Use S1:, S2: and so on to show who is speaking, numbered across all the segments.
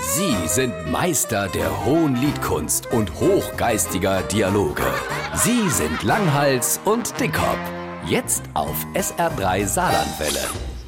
S1: Sie sind Meister der hohen Liedkunst und hochgeistiger Dialoge. Sie sind Langhals und Dickhop. Jetzt auf SR3 Saarlandwelle.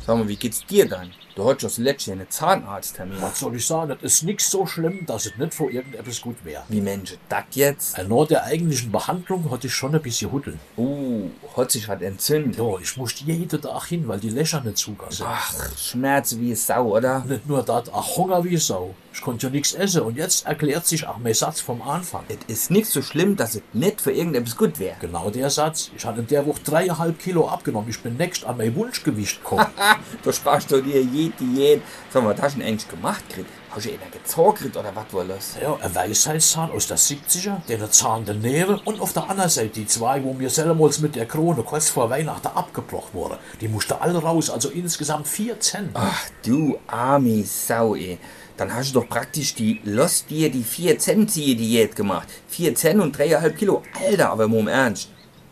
S2: Sag mal, wie geht's dir dann? Du hast das letzte einen Zahnarzttermin.
S3: Was soll ich sagen? Das ist nichts so schlimm, dass es nicht vor irgendetwas gut wäre.
S2: Wie Mensch, das jetzt?
S3: Äh, Nach der eigentlichen Behandlung hatte ich schon ein bisschen Hudeln.
S2: Uh, hat sich was entzündet.
S3: Ja, ich musste jeden Tag hin, weil die Löcher nicht zugassen.
S2: Ach, Schmerz wie Sau, oder?
S3: Nicht nur das, ach Hunger wie Sau. Ich konnte ja nichts essen und jetzt erklärt sich auch mein Satz vom Anfang.
S2: Es ist nicht so schlimm, dass es nicht für irgendetwas gut wäre.
S3: Genau der Satz. Ich hatte in der Woche dreieinhalb Kilo abgenommen. Ich bin nächst an mein Wunschgewicht gekommen.
S2: Ah, du sparst du dir jede Diät. Sag mal, was hast du denn eigentlich gemacht, Grit? Hast du einer gezaugert oder was war das?
S3: ja, ein Weisheitszahn aus der 70er, der Zahn der Nähe und auf der anderen Seite die zwei, wo mir selbermals mit der Krone kurz vor Weihnachten abgebrochen wurde. Die musste alle raus, also insgesamt 14.
S2: Ach, du arme Sau, ey. Dann hast du doch praktisch die Lost dir die 4 Cent Diät gemacht. 4 Cent und 3,5 Kilo. Alter, aber mal im Ernst.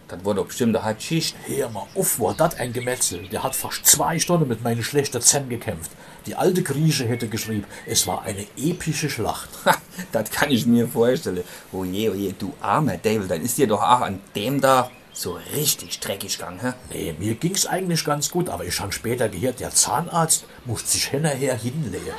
S2: Das war doch bestimmt eine harte Schicht.
S3: Hör mal auf, war das ein Gemetzel. Der hat fast zwei Stunden mit meinen schlechten Zähnen gekämpft. Die alte Grieche hätte geschrieben, es war eine epische Schlacht.
S2: Ha, das kann ich mir vorstellen. Oh Oje, oje, du armer David, dann ist dir doch auch an dem da so richtig dreckig gegangen, hä?
S3: Nee, mir ging's eigentlich ganz gut, aber ich habe später gehört, der Zahnarzt musste sich hinterher hinlegen.